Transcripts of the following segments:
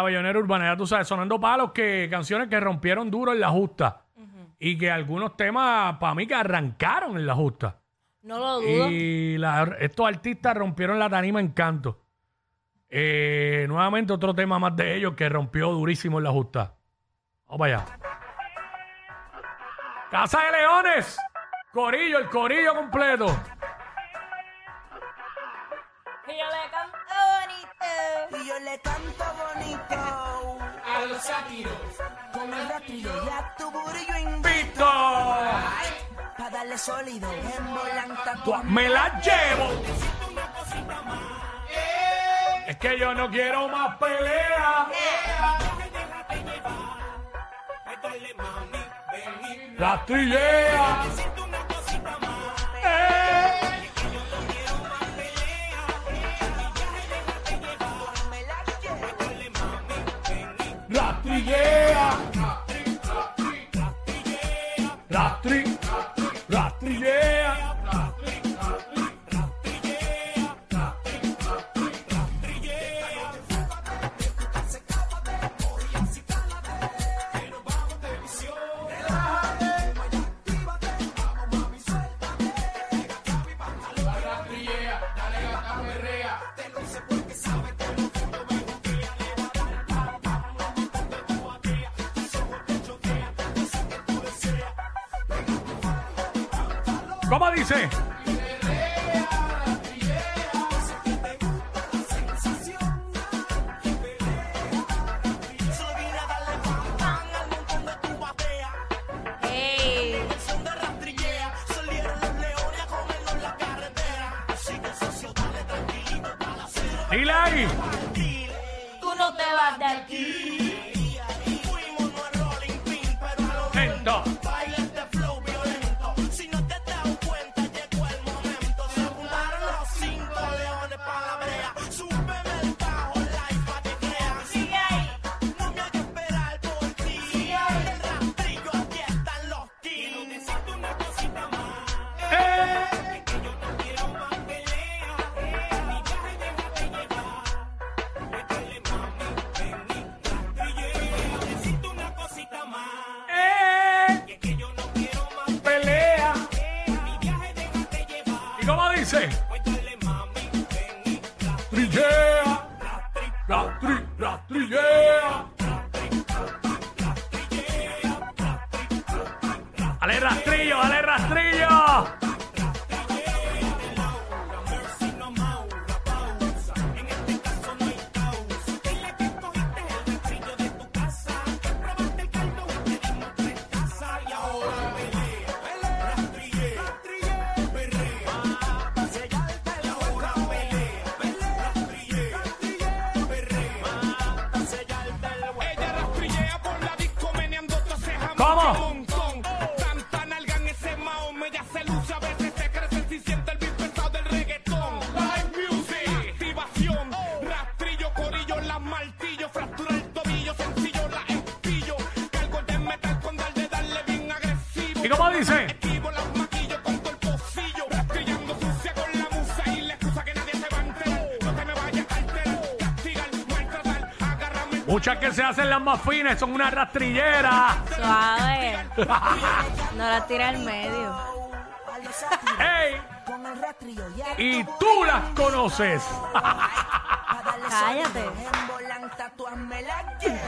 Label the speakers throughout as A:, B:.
A: Caballonera Urbana, ya tú sabes, sonando palos que canciones que rompieron duro en la justa y que algunos temas para mí que arrancaron en la justa.
B: No lo dudo.
A: Y la- estos artistas rompieron la tarima en canto. Eh, nuevamente otro tema más de ellos que rompió durísimo en la justa. Vamos para allá. Casa de Leones. Corillo, el corillo completo.
B: Y yo le canto bonito.
C: Y yo le canto bonito. A los sátiros. Con el rastrillo y a tu burillo invito.
A: Pito,
C: Pa' darle sólido. En volanta
A: tú- Esatto, me la llevo. Es que yo no quiero más pelea. Rastrillea. Eh.
C: me la llevo.
A: Rastrillea. Rastri, rastrillea. ¿Cómo dice?
C: Solo vine a darle pan, pan al montón de tu batea.
B: Ey.
C: El son de rastrillea. Salieron los leones a comernos la carretera. Así que socio, dale tranquilito. pa' la cera.
A: Dile ahí.
B: Tú no te vas de aquí.
C: Fuimos no es Rolling Pin, pero a lo
A: Lento.
C: Baila este flow violento. Si no te has dado cuenta, llegó el momento. Se juntaron los cinco leones para la brea. Súbeme el bajo live pa' que crean. Sigue ahí. No me hagas esperar por ti. Sigue ahí. El rastrillo, aquí están los kings. Necesito una cosita más.
A: Eh. Eh. Pelea. ¿Y cómo dice? Rastrillea, rastri, rastrillea. Dale rastrillo, dale rastrillo.
D: Ella rastrillea por la disco meneando otra ceja
A: ¿Cómo?
D: mucho montón. Tanta nalga en ese maón, ella se luce, a veces se crece si siente el beat pesado del reggaetón. Live music, activación, rastrillo, corillo, las martillo, fractura el tobillo, sencillo, la espillo. Cargo de metal con dar de darle bien agresivo.
A: ¿Y cómo dice?
D: Esquivo las maquillo con todo el pocillo, rastrillando sucia con la musa y la excusa que nadie se va a enterar. No te me vayas a alterar, castigar, maltratar, agárrame.
A: Muchas que se hacen las más finas son una rastrillera.
B: Suave. No la tira al medio.
C: A los sátiros,
A: ¡Ey!
C: Con el rastrillo y a
A: Y
C: tu
A: tú las conoces.
C: Pa' darle
B: Cállate.
C: sonido. En volanta tú hazme la llevo.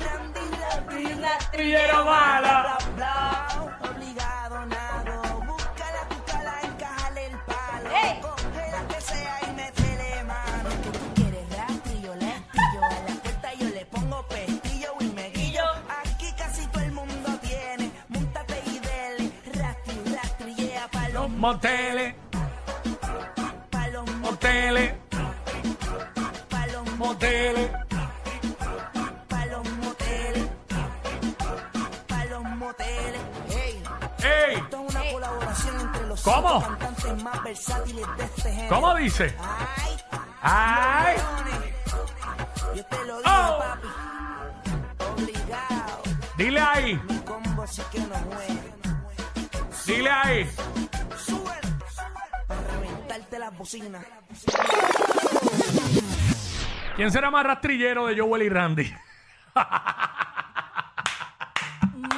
C: Randy Rabbit.
A: Rastrillera mala.
C: Bla, bla, obligado nado. Búscala, búscala, encajale el palo.
B: ¡Ey!
C: Coge la que sea y métele mano. Que tú quieres rastrillo, lastillo. A la puerta yo le pongo pestillo y me guillo. Aquí casi todo el mundo tiene. Múntate y dele. Rastri, rastrillea pa' los,
A: Los moteles,
C: pa' los,
A: moteles,
C: pa' los,
A: moteles.
C: pa' los moteles. Pa' los moteles. Ey.
A: ¡Ey!
C: Esto es una colaboración entre los
A: ¿Cómo?
C: cinco cantantes más versátiles de este género.
A: ¿Cómo dice?
C: Ay,
A: ¡Ay!
C: yo te lo digo,
A: Oh.
C: papi. Obligado.
A: Dile ahí,
C: Mi combo sí que no muere.
A: dile ahí.
C: Súbelo. Para reventarte las bocinas.
A: ¿Quién será más rastrillero de Joel y Randy?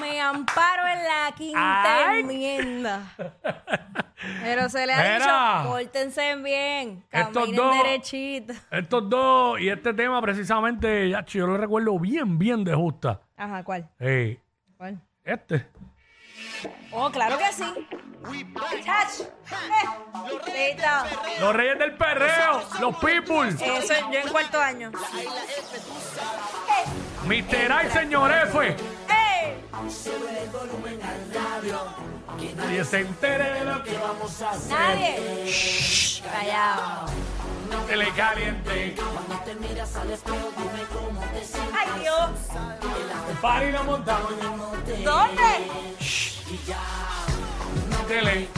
B: Me amparo en la quinta
A: Ay.
B: enmienda. Pero se le ha
A: Mira.
B: dicho, pórtense bien,
A: Estos
B: caminen
A: dos-
B: derechito.
A: Estos dos y este tema precisamente, ya, yo lo recuerdo bien, bien de justa.
B: Ajá, ¿cuál?
A: Eh,
B: ¿Cuál?
A: este.
B: Oh, claro que sí. Chach. Eh, listo.
A: Los reyes del perreo, los people.
B: Eso es yo en cuarto año.
A: Mr. Ay, señor F.
B: eh, ¡Ey!
A: Nadie se entere de lo que
B: Nadie. Callado.
A: se le caliente.
B: Ay, Dios.
A: El party lo montamos en el monte.
B: ¿Dónde?
A: Métele,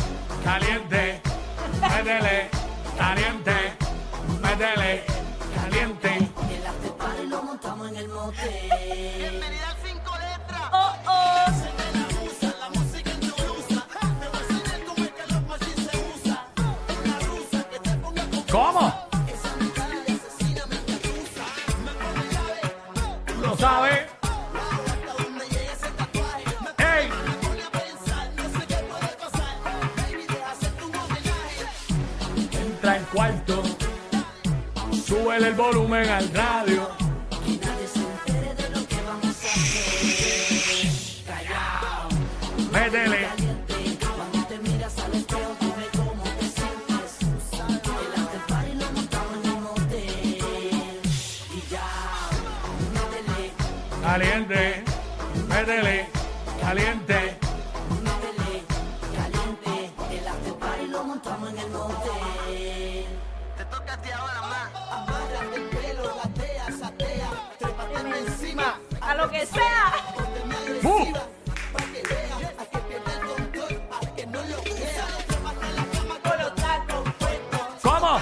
A: caliente. Métele, caliente. Métele, caliente.
E: Bienvenida a Cinco Letras.
B: Oh, oh.
E: La música en tu blusa. Te voy a enseñar cómo es que los machis se usa. Una rusa que te ponga con
A: ¿Cómo? Tú lo sabes. ¡Ey! Entra al cuarto, sube el volumen al radio. Shh, Métele. Caliente, métele, caliente.
E: Te toca a ti ahora, ma. Amarra el pelo, gatea, satea. Trépate encima.
B: A lo que sea.
A: ¡Uh!
B: Con los tacos.
A: ¿Cómo?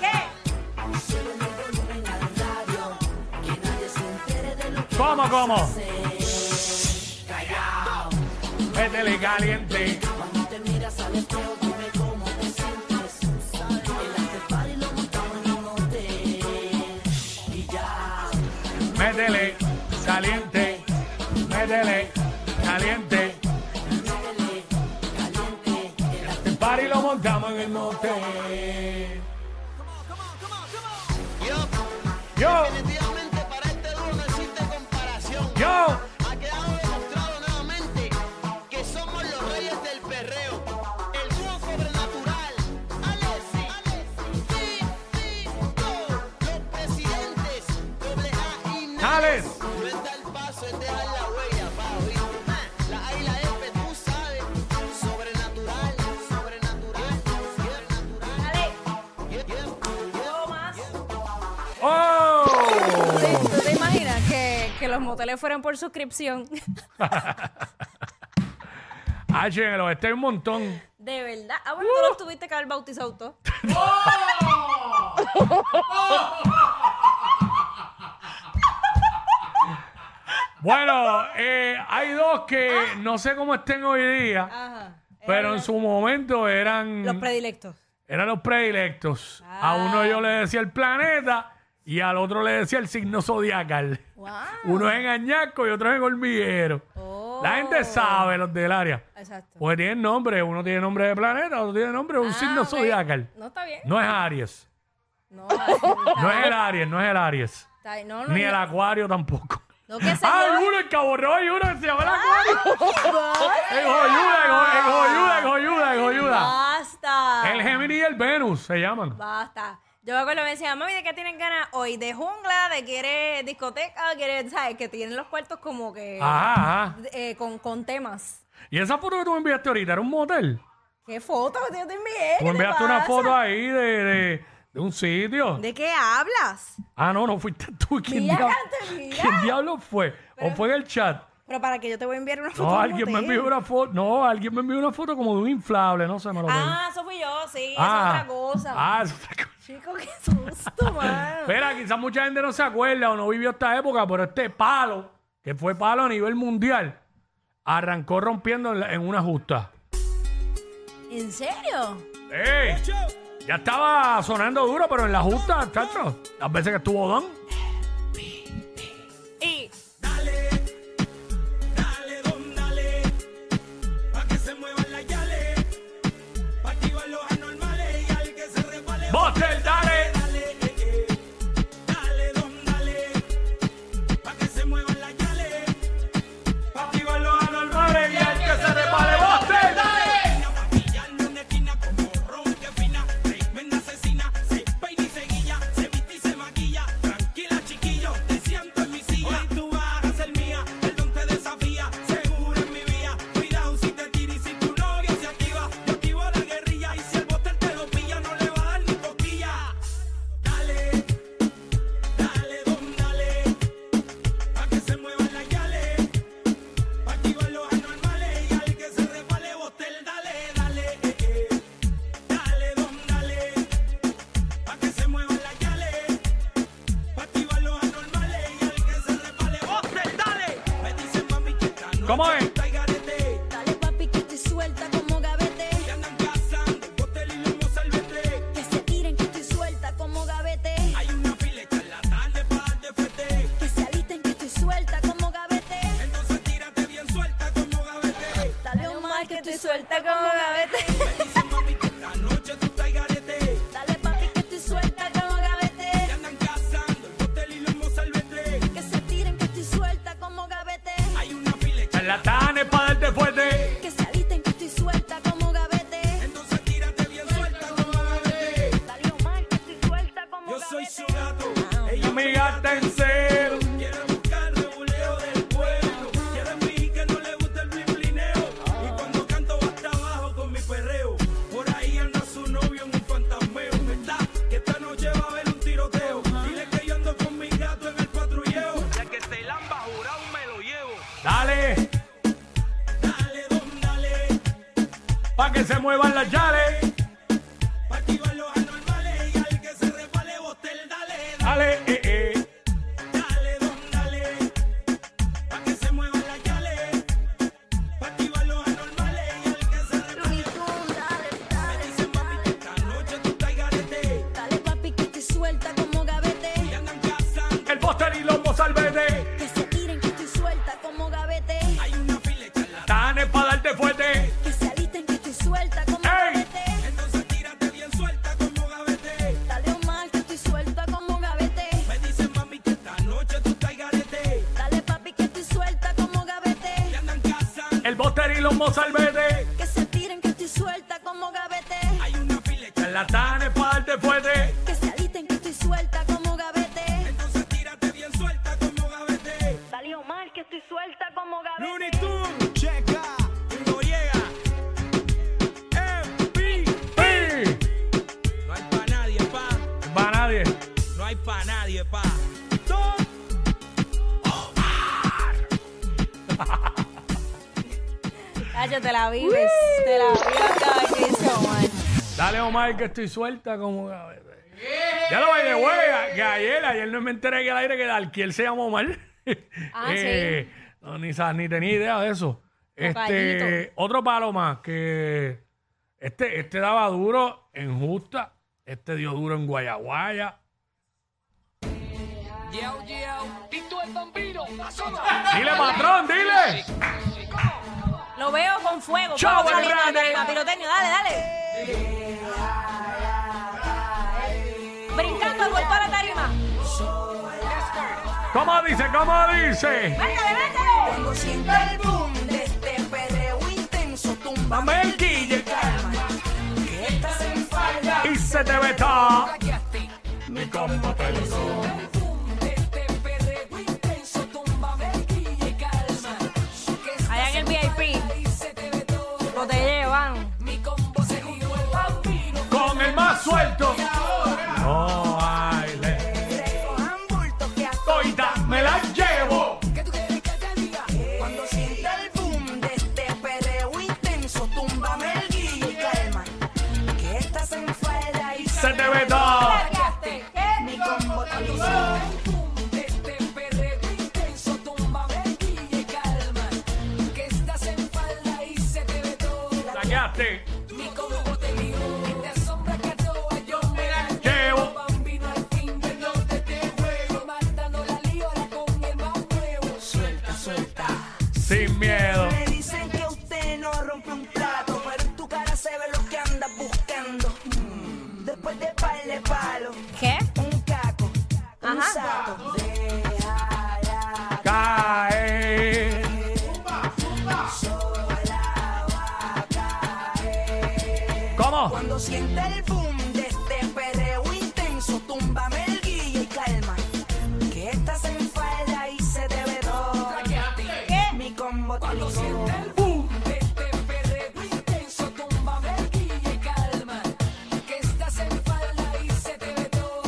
B: ¿Qué?
A: ¿Cómo, cómo? Métele caliente. Métele caliente. Métele caliente. El party lo montamos en el motel. Yo,
E: Para este duro no existe comparación.
A: yo.
E: Ha quedado demostrado nuevamente que somos los reyes del perreo. El dúo sobrenatural. Alexi, Alexi, Tito, los presidentes. Doble A y Nando.
A: Alex.
E: No es dar paso, es dejar la huella, pa, ¿oíste? La A y la F, tú sabes. Sobrenatural, sobrenatural, sobrenatural.
B: Dale.
E: Yeah, yeah, yeah.
B: Yo más.
A: ¡Oh!
B: Sí, ¿Tú te imaginas que, que los moteles fueran por suscripción?
A: H, en el oeste hay este un montón.
B: De verdad. Ah, bueno, tú los tuviste que haber bautizado todo.
A: Bueno, eh, hay dos que no sé cómo estén hoy día,
B: Ajá. Eh,
A: pero en su momento eran
B: Los Ah. predilectos.
A: eran los predilectos. A uno yo le decía el planeta y al otro le decía el signo zodiacal.
B: Wow.
A: Uno es en Añasco y otro es en Hormiguero.
B: Oh.
A: La gente sabe, los del área.
B: Exacto.
A: Porque tienen nombre, uno tiene nombre de planeta, otro tiene nombre de un
B: Ah,
A: signo
B: ok.
A: zodiacal.
B: No está bien.
A: No es Aries.
B: No, ay,
A: No es el Aries, no es el Aries.
B: está bien. no, no.
A: Ni el
B: no.
A: Acuario tampoco.
B: No, que se Ah,
A: Ah,
B: joda.
A: uno en Cabo Rojo y uno que se llama el Acuario. En Joyuda, en Jo- en Joyuda, en Joyuda, en Joyuda.
B: Basta.
A: El Gemini y el Venus se llaman.
B: Basta. Yo me acuerdo que me decían, mami, ¿de qué tienen ganas hoy? ¿De jungla? ¿De quieres discoteca? ¿Quieres, sabes? Que tienen los cuartos como que
A: Ah. Ajá, ajá.
B: eh, con, con temas.
A: Y esa foto que tú me enviaste ahorita era un motel.
B: ¿Qué foto que yo te envié?
A: Tú
B: ¿Qué
A: me
B: te
A: enviaste una
B: pasa?
A: foto ahí de, de, de un sitio.
B: ¿De qué hablas?
A: Ah, no, no fuiste tú. ¿Quién,
B: Mira,
A: diablo,
B: Cante, mira.
A: ¿quién diablo fue? ¿O fue en el chat?
F: Pero para que yo te voy a enviar una foto.
A: No,
F: de un
A: alguien me
F: hotel.
A: envió una foto. No, alguien me envió una foto como de un inflable, no sé, me lo pedí.
F: Ah, eso fui yo, sí,
A: Ah,
F: es otra cosa.
A: Ah, es otra cosa.
F: Chico, qué susto, mano.
A: Espera, quizás mucha gente no se acuerda o no vivió esta época, pero este palo, que fue palo a nivel mundial, arrancó rompiendo en, la- en una justa.
F: ¿En serio?
A: ¡Ey! Ya estaba sonando duro, pero en la justa, chacho. Las veces que estuvo Don.
F: Y
G: Dale, dale, don, dale, pa' que se muevan las yales, pa' activar los anormales y al que se resbale.
A: ¡Buster, dale!
G: Dale, eh, eh, dale, don, dale, pa' que se muevan las yales, pa' activar los anormales y al que se resbale.
A: ¡Buster, dale!
G: Una maquillando en la esquina como ron que fina, tremenda asesina, se peina y se guilla, se viste y se maquilla, tranquila chiquillo, te siento en mi silla, hoy tú vas a ser mía, el don te desafía, seguro en mi vía, cuidado si te tiras y si tu novio se activa, yo activo la guerrilla y si el botel te lo pilla no le va a dar ni cosquilla. Dale, dale don, dale, pa' que se muevan las yales. Pa' activar los anormales y al que se resbale botel, dale, dale, eh, eh. Dale, don, dale, pa' que se muevan las yales. Pa' activar los anormales y al que se resbale botel, dale. Me dicen mami que esta noche
A: ¿Cómo es?
G: está y garete.
B: Dale papi que te suelta como gavete.
G: Que andan cazando el botel y los mozalbetes.
B: Que se tiren que te suelta como gavete.
G: Hay una filecha en la tarde para darte fuerte.
B: Que se alisten que te suelta como gavete.
G: Entonces tírate bien suelta como gavete.
B: Dale un mal que te suelta como gavete.
G: Me dicen mami que esta noche tú estás y garete.
B: Dale papi que te suelta como
G: Que
B: gavete.
G: andan cazando el botel y los mozalbetes.
B: Que se tiren que te suelta como gavete.
G: Hay una filecha.
A: Charlatanes para darte fuerte.
B: Que se alisten que te suelta como gavete.
G: Entonces tírate bien suelta como gavete.
B: Dale un mal que te suelta como
G: Yo
B: gavete.
G: soy su gato, ella me
A: Amiga,
G: gata.
A: en cero.
G: Quiere buscar rebuleo del pueblo. Quiere fingir que no le gusta el blimplineo. Y cuando canto va hasta abajo con mi perreo. Por ahí anda su novio en un fantasmeo. ¿Verdad? Que esta noche va a haber un tiroteo. Dile que yo ando con mi gato en el patrulleo. Ya que se lamba jurado me lo llevo.
A: Dale,
G: Dale, don, dale.
A: para que se muevan las llaves.
G: Pa' activar los anormales. Y al que se repale botel, dale, dale.
A: Dale, eh, eh.
G: Dale, don, dale, pa' que se muevan las yales, pa' activar los anormales y al que se repite.
B: Looney Tunes, dale,
G: Me
B: dale,
G: dicen, mami, que
B: dale.
G: esta noche tú estás garete,
B: Dale papi que te suelta como gavete.
G: y andan cazando.
A: El Buster y los mozalbetes.
B: Que se tiren que te suelta como gavete.
G: Hay una fila en la
A: Tanes para darte fuerte.
B: Que se alisten que te suelta como
A: ¡Ey!
B: gavete.
G: entonces tírate bien suelta como gavete.
B: Dale un mal que te suelta como gavete.
G: Me dicen, mami, que esta noche tú estás garete,
B: Dale papi que te suelta como
G: y
B: gavete.
G: andan cazando.
A: El Buster y los mozalbetes.
B: Que se tiren que te suelta como gavete.
G: Hay una fila en la
A: Charlatanes para darte fuerte.
B: Que se alisten que te suelta como gavete.
G: entonces tírate bien suelta como gavete.
B: Dale un mal que te suelta como gavete.
G: Looney Tunes, checa, y no llega. ¡Epi!
A: ¡Pi!
G: Eh, No hay pa' nadie, pa.
A: Va nadie.
G: No hay pa' nadie, pa.
F: Ah, yo te la vives, te la vives cada que dice Omar.
A: Dale, Omar, que estoy suelta como gavete. Ya lo bailé, güey. Que ayer, ayer no me enteré que al aire que el alquiler se llamó Omar. Eh,
F: Ah,
A: no, ni, sa- ni tenía idea de eso. Este,
F: Tocallito.
A: otro palo más que este, este daba duro en Justa, este dio duro en Guayaguaya. Dile, patrón, dile.
F: Lo veo con fuego.
A: Chau,
F: fuego saliendo de
A: Hernández.
F: la pirotecnia. Dale, dale. Brincando al vuelto a la tarima.
A: ¿Cómo dice? ¿Cómo dice?
F: ¡Métale, métale!
C: Cuando sienta el boom de este perreo intenso, tumba
A: Dame el quille
C: calma. Que estás en falda,
A: y se te ve todo.
C: plaqueaste.
A: Mi compa te lo sube.
C: El boom de este perreo intenso, tumba y calma. Que estás
F: Allá en el VIP.
C: falda y se te ve todo.
F: Lo te llevan.
C: Mi combo se unió el bambino.
A: con el más suelto. No baile.
C: Recojan bultos que a
A: Toita me la llevo.
C: ¿Qué tú quieres que te diga? Cuando este Este
A: sin miedo.
C: Me dicen que usted no rompe un plato, pero en tu cara se ve lo que andas buscando. Mm. Después de par de palo,
B: ¿Qué?
C: un caco, un
B: Ajá.
C: saco. Deja ya,
A: Cae. ¿Cómo?
C: Cuando sienta el boom de este perreo intenso, túmbame el guille y calma. Que estás en falda y se te ve todo. Mi combo Cuando sienta el boom.
G: Este perreo intenso, túmbame el guille y calma. Que estás en falda y se te ve todo.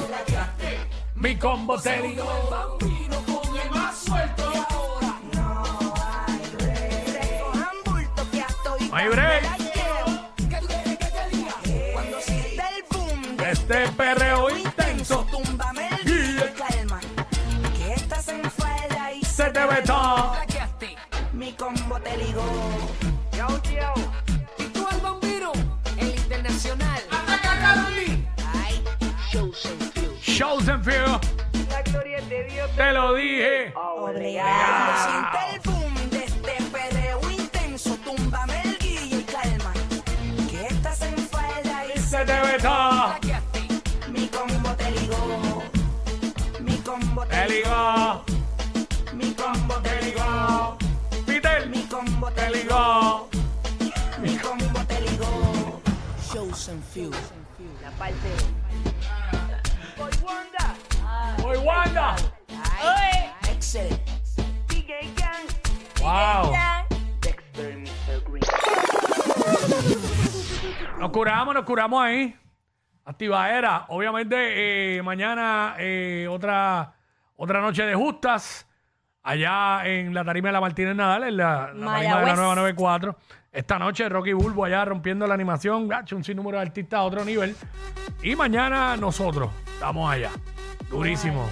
A: Mi combo te
G: Yo el bambino con el más suelto y ahora.
C: Te cojan bulto que hasta hoy
A: No hay
C: cuando
A: break.
C: la llevo.
G: ¿Qué tú quieres que te diga?
C: Cuando sienta el boom de
A: Este perreo
C: este intenso,
A: intenso
C: túmbame el guille y calma. Que estás en falda y
A: se te ve todo.
G: Traqueaste.
C: mi combo te ligó.
G: Y tú el bambino, el internacional. ¡Ataca, Carolina!
A: Shows and Fear. Te lo dije.
C: Cuando sienta el boom de este perreo intenso, túmbame el guille y calma. Que estás en falda y
A: Se te ve todo.
G: Traqueaste.
C: Mi combo te ligó. Mi combo
A: Te
C: te ligó.
A: ligó.
C: Mi combo te
A: Te
C: ligó.
A: ligó. Peter.
C: Mi combo
A: Te
C: te ligó.
A: ligó.
C: Mi combo te ligó. Shows and Fuse.
A: Voy Wanda.
B: Oye,
C: Excel.
A: Wow.
B: ya.
A: Nos curamos, nos curamos ahí. Activadera. Obviamente, eh, mañana eh, otra, otra noche de justas. Allá en la tarima de la Martínez Nadal, en la, la tarima de la
B: Mayagüez.
A: 994. Esta noche Rocky Bulbo allá rompiendo la animación. Gacho, un sinnúmero de artistas a otro nivel. Y mañana nosotros estamos allá. Durísimo.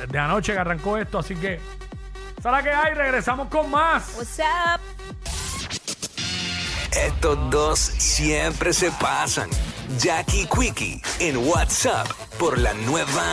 A: Desde anoche que arrancó esto, así que. ¿Sabes qué hay? Regresamos con más.
B: What's up?
H: Estos dos siempre se pasan. Jackie Quickie en WhatsApp por la nueva